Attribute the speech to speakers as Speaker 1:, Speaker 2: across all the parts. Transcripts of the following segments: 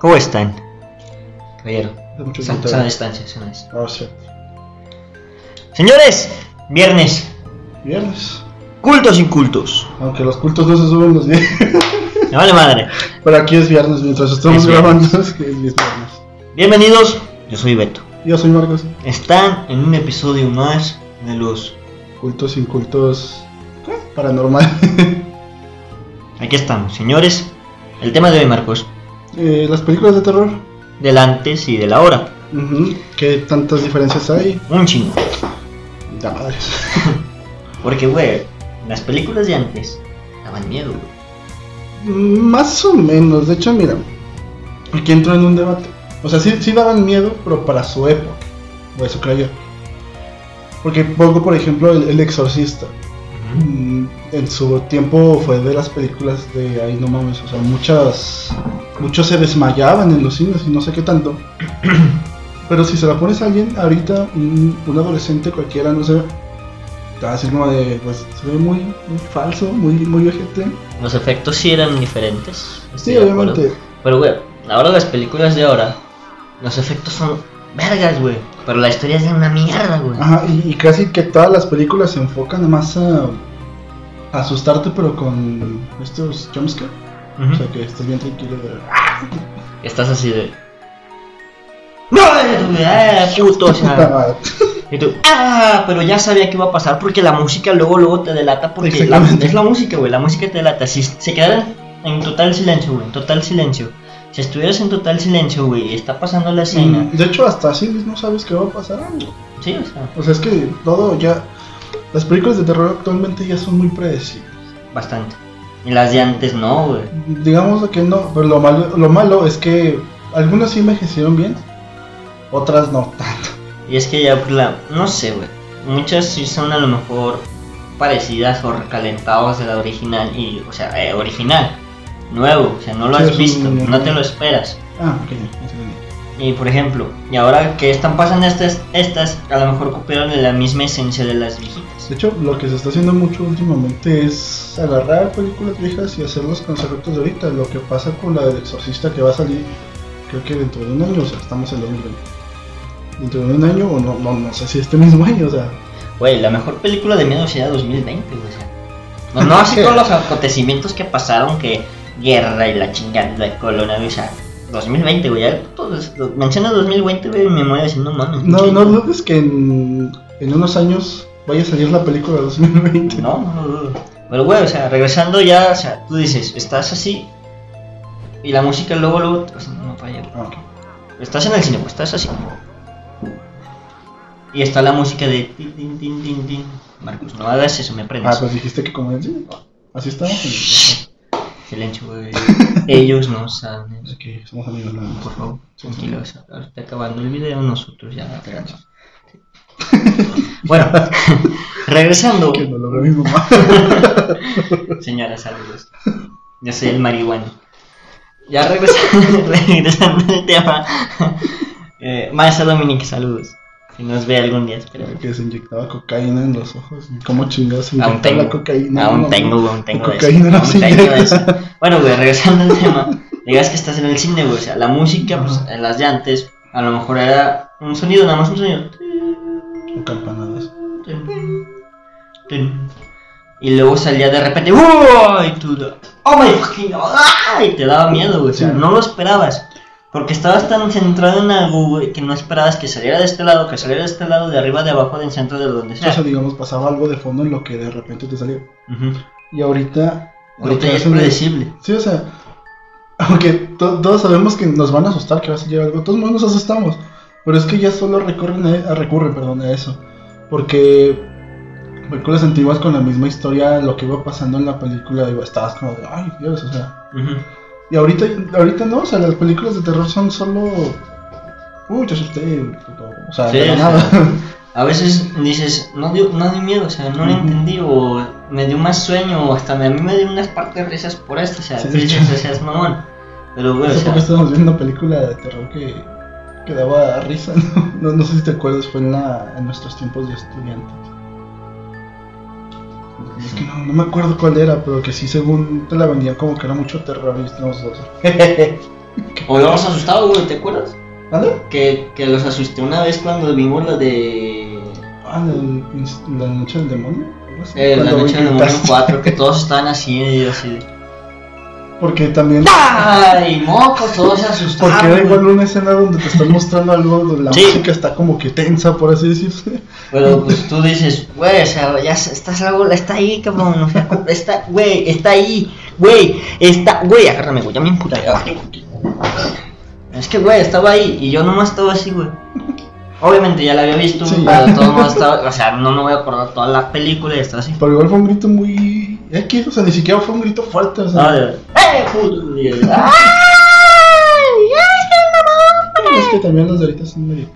Speaker 1: ¿Cómo están? Caballero.
Speaker 2: Hay muchos
Speaker 1: Sana, sana
Speaker 2: invitados.
Speaker 1: distancia, sana distancia.
Speaker 2: Ah, cierto.
Speaker 1: Señores, viernes.
Speaker 2: Viernes.
Speaker 1: Cultos incultos.
Speaker 2: Aunque los cultos no se suben los días.
Speaker 1: Me vale madre.
Speaker 2: Pero aquí es viernes, mientras estamos
Speaker 1: Es
Speaker 2: grabando, es que es viernes.
Speaker 1: Bienvenidos, yo soy Beto.
Speaker 2: Yo soy Marcos.
Speaker 1: Están en un episodio más de los.
Speaker 2: Cultos incultos. ¿Qué? Paranormal.
Speaker 1: Aquí estamos, señores. El tema de hoy, Marcos.
Speaker 2: Eh, las películas de terror.
Speaker 1: Del antes y de la hora.
Speaker 2: Ujú. ¿Qué tantas diferencias hay?
Speaker 1: Un chingo.
Speaker 2: Ya madres.
Speaker 1: Porque, güey, las películas de antes daban miedo, güey.
Speaker 2: Más o menos. De hecho, mira. Aquí entro en un debate. O sea, sí, sí daban miedo, pero para su época. O eso creo yo. Porque pongo, por ejemplo, el- el exorcista. Mm, en su tiempo fue de las películas de ahí no mames, o sea, muchas muchos se desmayaban en los cines y no sé qué tanto. Pero si se la pones a alguien ahorita, un, un adolescente cualquiera, no sé, te va a decir como de, pues se ve muy, muy falso, muy muy ojete.
Speaker 1: Los efectos sí eran diferentes. estoy
Speaker 2: Sí,
Speaker 1: de acuerdo.
Speaker 2: obviamente.
Speaker 1: Pero, güey, ahora las películas de ahora, los efectos son vergas, güey. Pero la historia es de una mierda, güey.
Speaker 2: Ajá, y, y casi que todas las películas se enfocan más a a asustarte, pero con estos jumpscare.
Speaker 1: Ujú.
Speaker 2: O sea, que estés bien tranquilo de...
Speaker 1: Estás así de. ¡No! ¡Ah, puto! O
Speaker 2: Puta
Speaker 1: sea,
Speaker 2: madre.
Speaker 1: y tú, ¡ah! Pero ya sabía que iba a pasar porque la música luego, luego te delata. Porque la-
Speaker 2: Exactamente.
Speaker 1: es la música, güey. La música te delata. Si se quedara en total silencio, güey. En total silencio. Si estuvieras en total silencio, güey, y está pasando la escena.
Speaker 2: Mm, De hecho, hasta así no sabes qué va a pasar.
Speaker 1: Sí, o sea,
Speaker 2: O sea, es que todo ya. Las películas de terror actualmente ya son muy predecibles.
Speaker 1: bastante. Y las de antes no, güey.
Speaker 2: Digamos que no, pero lo malo, lo malo es que algunas sí envejecieron bien, otras no tanto.
Speaker 1: Y es que ya, pues, la, no sé, güey. Muchas sí son a lo mejor parecidas o recalentadas de la original. Y, o sea, eh, original. Nuevo, o sea, no lo
Speaker 2: Sí,
Speaker 1: has
Speaker 2: es
Speaker 1: visto,
Speaker 2: un-
Speaker 1: no te lo esperas.
Speaker 2: Ah, ok, ya, entendí.
Speaker 1: Y por ejemplo, y ahora que están pasando estas, estas a lo mejor copiaron de la misma esencia de las viejitas.
Speaker 2: De hecho, lo que se está haciendo mucho últimamente es agarrar películas viejas y hacerlas con los efectos de ahorita. Lo que pasa con la del Exorcista que va a salir, creo que dentro de un año, o sea, estamos en 2020. Dentro de un año, o no, no, no sé si este mismo año, o sea,
Speaker 1: Güey, la mejor película de miedo sería 2020, güey. O sea, no, no así con los acontecimientos que pasaron, que guerra y la chingada de coronavirus. O sea, 2020, güey. ya pues, todos- los- Mencionas 2020, güey, y mi memoria diciendo, mames.
Speaker 2: No,
Speaker 1: ¿qué?
Speaker 2: no dudes que en, en unos años vaya a salir la película de 2020.
Speaker 1: No, no, no, no. Pero, güey, o sea, regresando ya, o sea, tú dices, estás así y la música luego, luego, o sea, no, para allá.
Speaker 2: Ah, ok.
Speaker 1: Estás en el cine, pues, estás así. Y está la música de tin, tin, tin, tin, tin. Marcos, no hagas eso, me
Speaker 2: Ah,
Speaker 1: prendes.
Speaker 2: pues dijiste que como en sí. Así estamos.
Speaker 1: Silencio, güey. Ellos no saben.
Speaker 2: Así que Pues somos amigos nada más.
Speaker 1: Por favor, tranquilos. Ahorita acabando el video, nosotros ya regresamos. Bueno, regresando.
Speaker 2: Que no lo veo mismo más.
Speaker 1: Señora, saludos. Yo soy el marihuano. Ya regresando, regresando al tema. Eh, Maestra Dominique, saludos. Si nos ve algún día, espero.
Speaker 2: Que se inyectaba cocaína en los ojos. ¿Cómo chingados se
Speaker 1: Aún
Speaker 2: inyectaba
Speaker 1: tengo,
Speaker 2: la cocaína?
Speaker 1: aún
Speaker 2: No,
Speaker 1: tengo,
Speaker 2: no.
Speaker 1: aún tengo
Speaker 2: La
Speaker 1: de
Speaker 2: cocaína
Speaker 1: eso,
Speaker 2: no
Speaker 1: aún
Speaker 2: se
Speaker 1: tengo de eso.
Speaker 2: inyecta.
Speaker 1: Bueno, güey, regresando al tema, digas que estás en el cine, güey, o sea, la música, pues,
Speaker 2: Ajá.
Speaker 1: en las de antes, a lo mejor era un sonido, nada más un sonido.
Speaker 2: O campanadas.
Speaker 1: Y luego salía de repente, ¡Uah! y tú, ¡Oh my fucking God! ¡Ah! Y te daba miedo, güey, o sea,
Speaker 2: Sí.
Speaker 1: no lo esperabas. Porque estabas tan centrado en algo, güey, que no esperabas que saliera de este lado, que saliera de este lado, de arriba, de abajo, del centro, de donde
Speaker 2: O
Speaker 1: sea.
Speaker 2: sea, digamos, pasaba algo de fondo en lo que de repente te salía.
Speaker 1: Ujú.
Speaker 2: Y ahorita. lo
Speaker 1: Ahorita
Speaker 2: que
Speaker 1: ya es
Speaker 2: hacen es-
Speaker 1: predecible.
Speaker 2: Sí, o sea, aunque to- todos sabemos que nos van a asustar, que va a salir algo, todos nos asustamos, pero es que ya solo recurren a, a- recurren, perdón, a eso, porque películas antiguas con la misma historia, lo que iba pasando en la película, iba, estabas como de, ay Dios, o sea,
Speaker 1: Ujú.
Speaker 2: y ahorita, ahorita no, o sea, las películas de terror son solo, uy, te asusté, o sea,
Speaker 1: Sí,
Speaker 2: de la
Speaker 1: o sea,
Speaker 2: nada.
Speaker 1: A veces dices, no dio, no dio miedo, o sea, no lo
Speaker 2: Ujú.
Speaker 1: entendí, o me dio más sueño, o hasta me- a mí me dio unas partes risas por esto, o sea,
Speaker 2: Sí, de
Speaker 1: dices,
Speaker 2: hecho.
Speaker 1: o sea, es mamón. Pero güey, o
Speaker 2: Hace
Speaker 1: sea,
Speaker 2: poco estábamos viendo una película de terror que, que daba risa, ¿no? No, no sé si te acuerdas, fue en, la, en nuestros tiempos de estudiantes. Es que no, no me acuerdo cuál era, pero que sí, según te la vendían como que era mucho terror y estábamos los dos.
Speaker 1: O lo hemos asustado, güey, ¿te acuerdas?
Speaker 2: ¿Vale?
Speaker 1: Que, que los asusté una vez cuando vimos la de.
Speaker 2: Ah, la, la noche del demonio. algo así.
Speaker 1: eh, la
Speaker 2: Cuando
Speaker 1: noche del demonio
Speaker 2: gritaste.
Speaker 1: 4, que todos estaban así y yo así. de,
Speaker 2: Porque también.
Speaker 1: ¡Ay, mocos! Todos se asustaron.
Speaker 2: Porque era
Speaker 1: Ah, güey.
Speaker 2: igual una escena donde te están mostrando algo donde la
Speaker 1: Sí.
Speaker 2: música está como que tensa, por así decirse.
Speaker 1: Pero pues tú dices, güey, o sea, ya se- está algo, está ahí, cabrón, o sea, co- está, güey, está ahí, güey, está, güey, agárrame, güey, ya me imputa. Es que, güey, estaba ahí y yo nomás estaba así, güey. Obviamente ya la había visto,
Speaker 2: Sí.
Speaker 1: pero de todos modos estaba, o sea, no me voy a acordar toda la película y estaba así.
Speaker 2: Pero igual fue un grito muy. X, o sea, ni siquiera fue un grito fuerte, o sea.
Speaker 1: No, de- ¡Eh, puto! Y yo, ¡ah!
Speaker 2: Es que también los de ahorita son medio.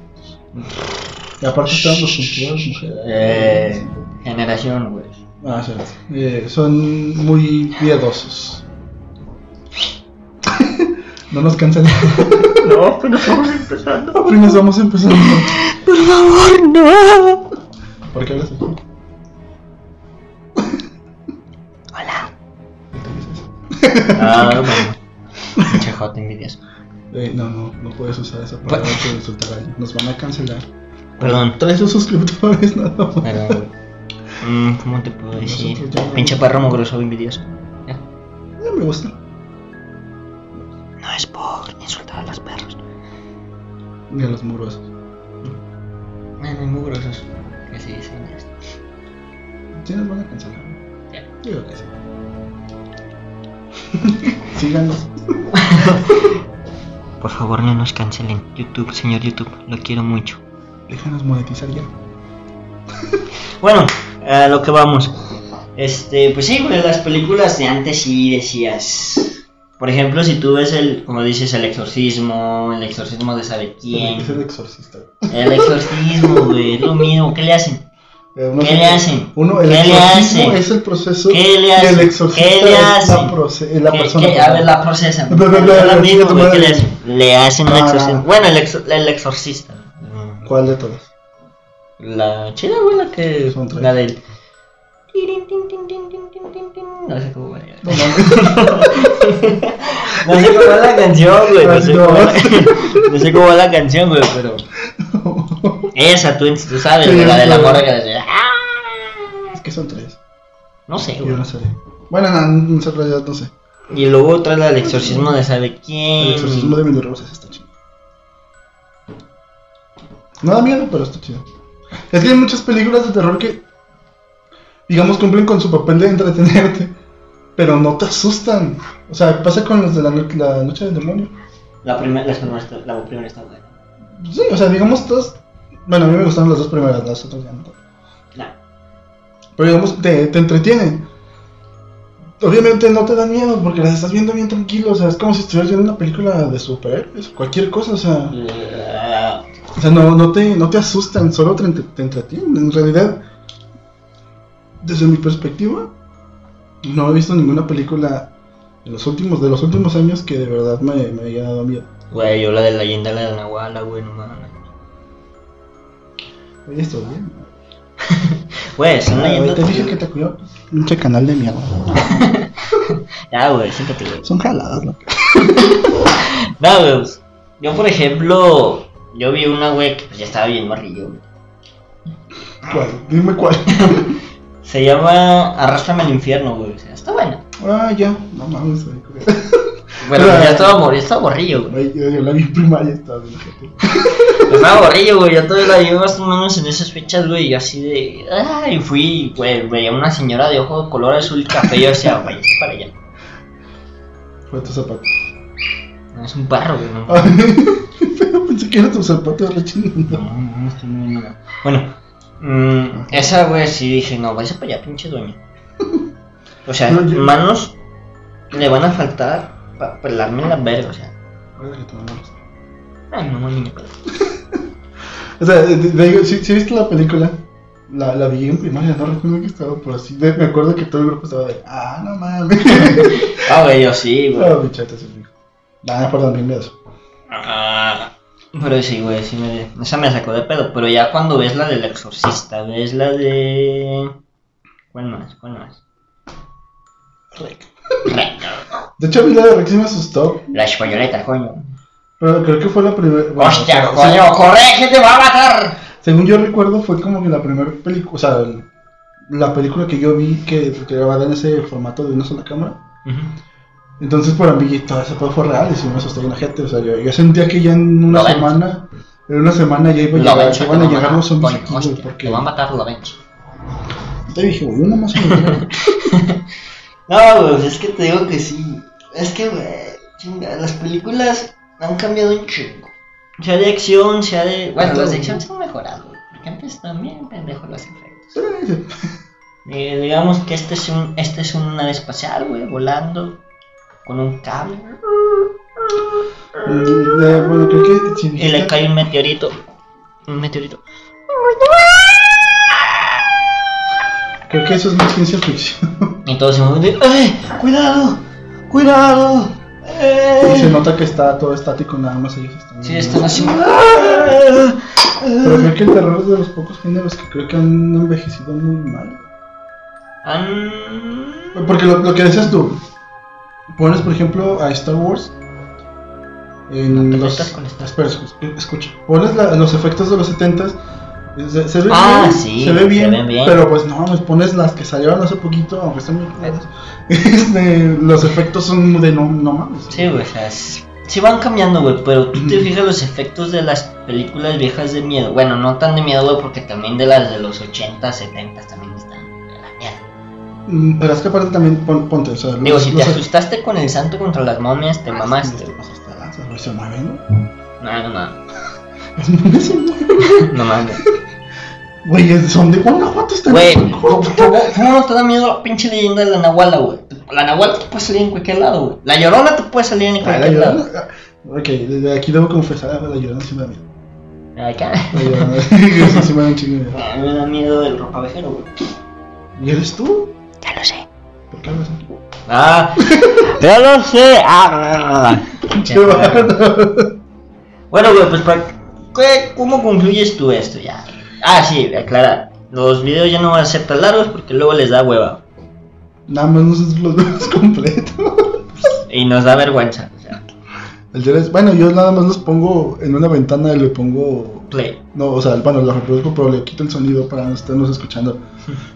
Speaker 2: Y aparte estaban los cultivos, mujeres.
Speaker 1: Eh, generación, güey.
Speaker 2: Ah, sí. Eh, son muy piadosos. no nos cansan.
Speaker 1: No, pero estamos empezando.
Speaker 2: Apenas vamos empezando.
Speaker 1: Por favor, no.
Speaker 2: ¿Por qué hablas así?
Speaker 1: Hola. Ah, bueno. Pinche jote envidioso.
Speaker 2: Eh, no, no, no puedes usar esa palabra por insultar a alguien. Nos van a cancelar.
Speaker 1: Perdón.
Speaker 2: Traes los suscriptores nada más.
Speaker 1: Perdón. Mm, ¿Cómo te puedo decir?
Speaker 2: Nosotros ya no-
Speaker 1: Pinche perro mugroso envidioso. Ya.
Speaker 2: Eh, me gusta.
Speaker 1: No es por insultar a los perros.
Speaker 2: Ni a los muros.
Speaker 1: Bueno, hay mugrosos. Que se dicen esto.
Speaker 2: Sí, nos van a cancelar.
Speaker 1: Ya.
Speaker 2: Digo que sí. Síganos.
Speaker 1: Por favor, no nos cancelen. YouTube, señor YouTube, lo quiero mucho.
Speaker 2: Déjanos monetizar ya.
Speaker 1: Bueno, a lo que vamos. Este, pues sí, güey, las películas de antes sí decías. Por ejemplo, si tú ves el, como dices, el exorcismo, el exorcismo de sabe quién.
Speaker 2: Es el exorcista.
Speaker 1: El exorcismo, güey, es lo mismo. ¿Qué le hacen?
Speaker 2: Eh, uno-
Speaker 1: ¿Qué le hacen?
Speaker 2: Uno, el
Speaker 1: ¿Qué le
Speaker 2: exorcismo
Speaker 1: hacen?
Speaker 2: es el proceso.
Speaker 1: ¿Qué le hacen?
Speaker 2: El exorcista
Speaker 1: ¿Qué le
Speaker 2: es la,
Speaker 1: hacen?
Speaker 2: proce- la
Speaker 1: ¿Qué-
Speaker 2: persona.
Speaker 1: qué?
Speaker 2: que-
Speaker 1: A ver, la procesa.
Speaker 2: Bla, bla, bla,
Speaker 1: Es
Speaker 2: bla,
Speaker 1: lo mismo,
Speaker 2: chinga tu
Speaker 1: güey, ¿qué le
Speaker 2: madre.
Speaker 1: hacen? Le hacen un
Speaker 2: Ah.
Speaker 1: exorcismo. Bueno, el, exor- el exorcista. Mm.
Speaker 2: ¿Cuál de todas?
Speaker 1: La chida, güey, la que.
Speaker 2: Es un tren.
Speaker 1: La del. No sé cómo va a
Speaker 2: No mames.
Speaker 1: No sé cómo va la canción, güey. No sé
Speaker 2: No.
Speaker 1: cómo va, no sé cómo va la canción, güey, pero. Esa, tú, tú sabes,
Speaker 2: Sí,
Speaker 1: güey, la de la
Speaker 2: claro.
Speaker 1: morra que decía. "Ah".
Speaker 2: es que son tres.
Speaker 1: No sé,
Speaker 2: Yo
Speaker 1: güey.
Speaker 2: no sé. Bueno, no, en realidad no sé.
Speaker 1: Y luego otra es la del exorcismo de sabe quién.
Speaker 2: El exorcismo de Mil Rosas está chido. No da miedo, pero está chido. Es que hay muchas películas de terror que, digamos, cumplen con su papel de entretenerte, pero no te asustan. O sea, pasa con los de la, no- la Noche del Demonio.
Speaker 1: La primera, la primera, está- la primera está buena.
Speaker 2: Sí, o sea, digamos, todas. Bueno, a mí me gustaron las dos primeras, las otras ya no. tanto.
Speaker 1: Nah.
Speaker 2: Pero digamos, te, te entretienen. Obviamente no te dan miedo porque las estás viendo bien tranquilo. O sea, es como si estuvieras viendo una película de superhéroes, cualquier cosa. O sea,
Speaker 1: La-
Speaker 2: O sea, no, no, te, no te asustan, solo te, entre- te entretienen. En realidad, desde mi perspectiva, no he visto ninguna película de los últimos, de los últimos años que de verdad me, me haya dado miedo.
Speaker 1: Güey, yo la de la leyenda de la Nahuala, güey, no mames.
Speaker 2: Oye, esto bien.
Speaker 1: Güey, son
Speaker 2: Ah, güey,
Speaker 1: leyendas.
Speaker 2: te dije que te cuidó. Pinche canal de miedo.
Speaker 1: Ya, güey, siéntate, güey.
Speaker 2: Son jaladas, ¿no?
Speaker 1: No, güey. pues, Yo, por ejemplo, yo vi una, güey, que pues ya estaba bien morrillo, güey.
Speaker 2: ¿Cuál? Dime cuál.
Speaker 1: Se llama Arrástrame al infierno, güey. O sea, está buena.
Speaker 2: ah, ya. No mames, güey.
Speaker 1: Bueno, pues, ya estaba, mor- ya estaba morrillo, güey.
Speaker 2: Güey, Yo, yo la vi en primaria, estaba bien. ojete.
Speaker 1: Estaba borrillo, güey. Yo todavía la vi más o menos en esas fechas, güey. Yo así de. Ay, fui, güey. Veía una señora de ojo de color azul café. Yo decía, güey, es para allá.
Speaker 2: Fue tu zapato.
Speaker 1: No, es un perro, güey. No,
Speaker 2: Ay, Pensé que era tu zapato, la chingada.
Speaker 1: no, no, no estoy muy mal. Bueno, mm, esa, güey, sí dije, no, vais para allá, pinche dueño. O sea,
Speaker 2: No, yo-
Speaker 1: manos le van a faltar para pelarme la verga, o sea.
Speaker 2: Ahora que te mandamos.
Speaker 1: Ay, no, mami, me pedo.
Speaker 2: O sea, de- de- de- si, si viste la película, la, la vi en primaria, no recuerdo que estaba, pero sí de- me acuerdo que todo el grupo estaba de, ah, no mames.
Speaker 1: Ah, güey, yo sí, güey.
Speaker 2: Ah, mi chata es el hijo. Ah, perdón, bien miedoso.
Speaker 1: Ah, Pero sí, güey, sí me... Esa me sacó de pedo. Pero ya cuando ves la del exorcista, ves la de... ¿Cuál más? ¿Cuál más? Rec. Rec.
Speaker 2: De hecho, a mí la de Rex sí me asustó.
Speaker 1: Flash Violeta, coño.
Speaker 2: Pero creo que fue la primera.
Speaker 1: ¡Hostia, coño! ¡Corre, que te va a matar!
Speaker 2: Según yo recuerdo, fue como que la primera película. O sea, el- la película que yo vi que que grabada en ese formato de una sola cámara. Entonces, para mí, todo ese pedo fue real y sí me asusté bien la gente. O sea, yo, yo sentía que ya en una
Speaker 1: Lo ven.
Speaker 2: semana. En una semana ya
Speaker 1: Lo
Speaker 2: iba a llegar,
Speaker 1: vencho,
Speaker 2: ya
Speaker 1: te
Speaker 2: van
Speaker 1: va
Speaker 2: a
Speaker 1: a
Speaker 2: llegar
Speaker 1: matar.
Speaker 2: los zombies
Speaker 1: Coño,
Speaker 2: aquí, güey,
Speaker 1: hostia,
Speaker 2: porque...
Speaker 1: te va a matar, lo vencho.
Speaker 2: Te dije, güey, una más o menos.
Speaker 1: No, pues es que te digo que sí. Es que, güey, chinga, las películas han cambiado un chingo. Sea de acción, sea de. Bueno,
Speaker 2: Claro,
Speaker 1: las de
Speaker 2: güey.
Speaker 1: acción se han mejorado, güey, porque antes también pendejo los efectos.
Speaker 2: Pero, dice,
Speaker 1: Eh, digamos que este es un este es una nave espacial, güey, volando con un cable
Speaker 2: mm, eh, Bueno, creo que... si
Speaker 1: y le
Speaker 2: dijiste-
Speaker 1: cae un meteorito. Un meteorito.
Speaker 2: Creo que eso es más ciencia ficción.
Speaker 1: Y todos se mueven de, ¡Ay! ¡Cuidado! ¡Cuidado!
Speaker 2: y se
Speaker 1: ¡Eh!
Speaker 2: nota que está todo estático, nada más ellos están...
Speaker 1: Sí, están así.
Speaker 2: Pero creo que el terror es de los pocos géneros que creo que han envejecido muy mal.
Speaker 1: Han-
Speaker 2: Porque lo, lo que decías tú, pones por ejemplo a Star Wars en
Speaker 1: No te
Speaker 2: los...
Speaker 1: metas con Star
Speaker 2: Espera, escu- escucha. Pones la- los efectos de los 70 se, se ve
Speaker 1: Ah,
Speaker 2: bien,
Speaker 1: sí,
Speaker 2: se ve
Speaker 1: se
Speaker 2: bien,
Speaker 1: ven bien.
Speaker 2: pero pues no, pues pones las que salieron hace poquito, aunque están muy claras. Este, los efectos son de no, no mames.
Speaker 1: Sí, güey, o sea, es- sí van cambiando, güey, pero tú te fijas los efectos de las películas viejas de miedo. Bueno, no tan de miedo, güey, porque también de las de los 80, 70 también están de la mierda.
Speaker 2: Mm, Pero es que aparte también pon- ponte, o sea, los,
Speaker 1: Digo, si te
Speaker 2: los-
Speaker 1: asustaste con el santo contra las momias, te mamaste.
Speaker 2: Te
Speaker 1: güey.
Speaker 2: pasaste de lanza, güey, se mueven.
Speaker 1: No, no, no,
Speaker 2: Las momias se mueven.
Speaker 1: no mames.
Speaker 2: Güey, son de Guanajuato, están
Speaker 1: Güey,
Speaker 2: en
Speaker 1: ¿cómo,
Speaker 2: Guanajuato.
Speaker 1: cómo- cómo no te da miedo la pinche leyenda de la Nahuala, güey? La Nahuala te puede salir en cualquier lado, güey. La Llorona te puede salir en
Speaker 2: Ah, la
Speaker 1: cualquier lado.
Speaker 2: llorona. Ok, desde aquí debo confesar, ah, la llorona sí me da miedo.
Speaker 1: Acá.
Speaker 2: La llorona sí, sí me da un chingo de miedo.
Speaker 1: A mí Me da miedo el ropavejero, güey.
Speaker 2: ¿Y eres tú?
Speaker 1: Ya lo sé.
Speaker 2: ¿Por qué hablas así?
Speaker 1: Ah, ya lo sé. Ah,
Speaker 2: Qué bárbaro.
Speaker 1: Bueno, güey, pues para- ¿qué- ¿cómo concluyes tú esto ya? Ah, sí, aclara. Los videos ya no van a ser tan largos porque luego les da hueva.
Speaker 2: Nada más nosotros los vemos completos.
Speaker 1: Y nos da vergüenza. O sea,
Speaker 2: El de les- Bueno, yo nada más los pongo en una ventana y le pongo
Speaker 1: play.
Speaker 2: No, o sea, bueno, lo reproduzco, pero le quito el sonido para no estarnos escuchando.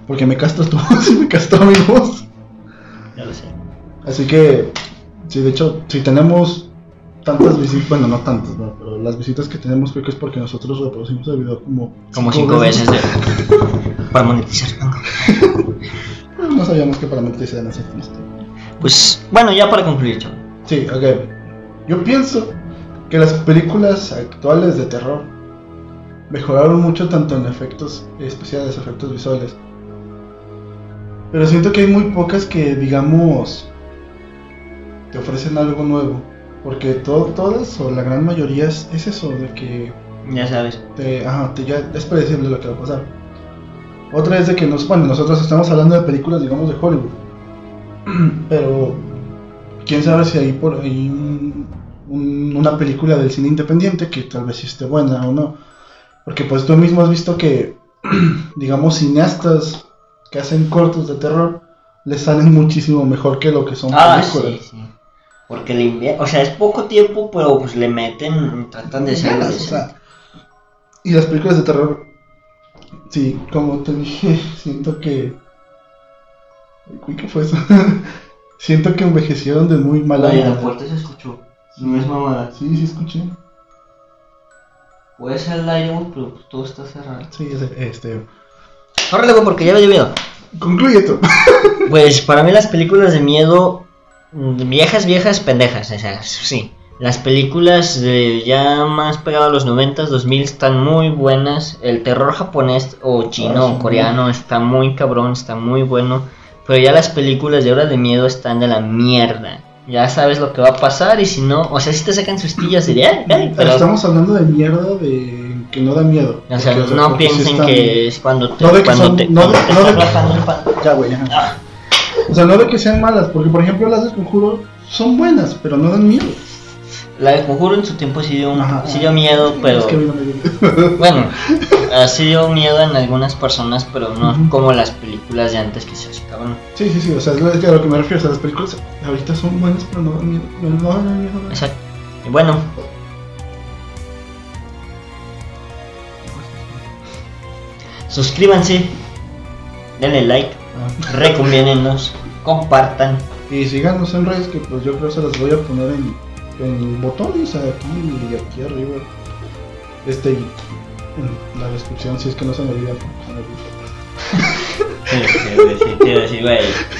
Speaker 2: Porque me castras tu voz y me castró mi voz.
Speaker 1: Ya lo sé.
Speaker 2: Así que, sí, de hecho, si tenemos tantas visitas, bueno, no tantas, ¿no? pero las visitas que tenemos creo que es porque nosotros reproducimos el video como...
Speaker 1: Como cinco veces de... para monetizar.
Speaker 2: No sabíamos que este, para mente se hacer esto.
Speaker 1: Pues bueno, ya para concluir, chaval.
Speaker 2: Sí, ok. Yo pienso que las películas actuales de terror mejoraron mucho tanto en efectos especiales, efectos visuales. Pero siento que hay muy pocas que, digamos, te ofrecen algo nuevo. Porque to- todas o la gran mayoría es, es eso, de que
Speaker 1: Ya sabes.
Speaker 2: te, ajá, te- ya es predecible lo que va a pasar. Otra es de que nos, bueno, nosotros estamos hablando de películas, digamos, de Hollywood. Pero quién sabe si hay por ahí un- un- una película del cine independiente que tal vez sí esté buena o no. Porque pues tú mismo has visto que, digamos, cineastas que hacen cortos de terror les salen muchísimo mejor que lo que son
Speaker 1: Ah,
Speaker 2: películas.
Speaker 1: sí, sí. Porque le invier- o sea, es poco tiempo, pero pues le meten, tratan de ser.
Speaker 2: Ganas, o sea, y las películas de terror, sí, como te dije, siento que. Uy, ¿Qué fue eso? siento que envejecieron de muy mala
Speaker 1: Oye, la
Speaker 2: manera.
Speaker 1: puerta se escuchó. No es mamada.
Speaker 2: Sí, sí, escuché.
Speaker 1: Puede ser el aire, güey, pero pues, todo está cerrado.
Speaker 2: Sí, ese- este.
Speaker 1: Órale, güey, porque ya me dio miedo.
Speaker 2: Concluye tú.
Speaker 1: Pues para mí las películas de miedo mm, viejas, viejas, pendejas, o sea, sí. Las películas de ya más pegado a los 90s, 2000 están muy buenas. El terror japonés o
Speaker 2: Ah,
Speaker 1: chino
Speaker 2: sí,
Speaker 1: o coreano está muy cabrón, está muy bueno. Pero ya las películas de ahora de miedo están de la mierda. Ya sabes lo que va a pasar y si no, o sea, si te sacan sustillas y de, "Ay, ay",
Speaker 2: Pero
Speaker 1: pero,
Speaker 2: estamos hablando de mierda de que no da miedo.
Speaker 1: o sea,
Speaker 2: Porque,
Speaker 1: no
Speaker 2: porque sí
Speaker 1: piensen
Speaker 2: están-
Speaker 1: que es cuando te,
Speaker 2: No de que
Speaker 1: cuando
Speaker 2: son-
Speaker 1: te,
Speaker 2: no de-
Speaker 1: cuando te
Speaker 2: no de-
Speaker 1: estás bajando el pan.
Speaker 2: Ya, güey. ajá.
Speaker 1: Ah,
Speaker 2: O sea, no de que sean malas, porque por ejemplo las del conjuro son buenas, pero no dan miedo.
Speaker 1: La de Conjuro en su tiempo sí dio, un-
Speaker 2: Ajá.
Speaker 1: sí dio miedo, pero...
Speaker 2: Es que a mí no me dio-
Speaker 1: Bueno, eh, sí dio miedo en algunas personas, pero no
Speaker 2: Ujú.
Speaker 1: como las películas de antes que se asustaban.
Speaker 2: Sí, sí, sí, o sea, es lo- es que a lo que me refiero, o sea, las películas ahorita son buenas, pero no dan miedo, no, no dan miedo.
Speaker 1: Exacto. Y bueno, suscríbanse, denle like,
Speaker 2: Ah,
Speaker 1: recomiéndennos, compartan.
Speaker 2: Y síganos en redes que pues yo creo que se las voy a poner en, en botones aquí y aquí arriba. Este, y en la descripción, si es que no se me olvida. pues, se me olvida.
Speaker 1: Sí, sí, sí, te iba a decir, güey,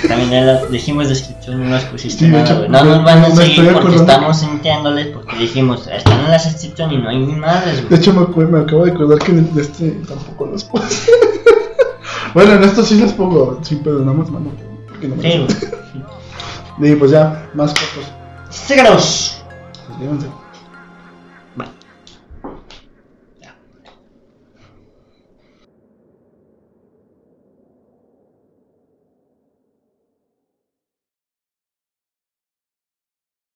Speaker 1: También ya la- dijimos descripción, no nos pusiste
Speaker 2: Sí, de
Speaker 1: nada,
Speaker 2: hecho,
Speaker 1: güey. No nos van
Speaker 2: me-
Speaker 1: a
Speaker 2: me
Speaker 1: seguir
Speaker 2: estoy
Speaker 1: porque
Speaker 2: acordando.
Speaker 1: estamos sintiéndoles, porque dijimos, están en la descripción y no hay ni madres,
Speaker 2: De
Speaker 1: güey.
Speaker 2: hecho, me, acu- me acabo de acordar que en el- de este tampoco las puse. bueno, en esto sí las pongo, sin pedo, nada más mano. porque no me
Speaker 1: Sí,
Speaker 2: las-
Speaker 1: güey.
Speaker 2: Y pues ya, más fotos. pues,
Speaker 1: Síganos.
Speaker 2: Suscríbanse.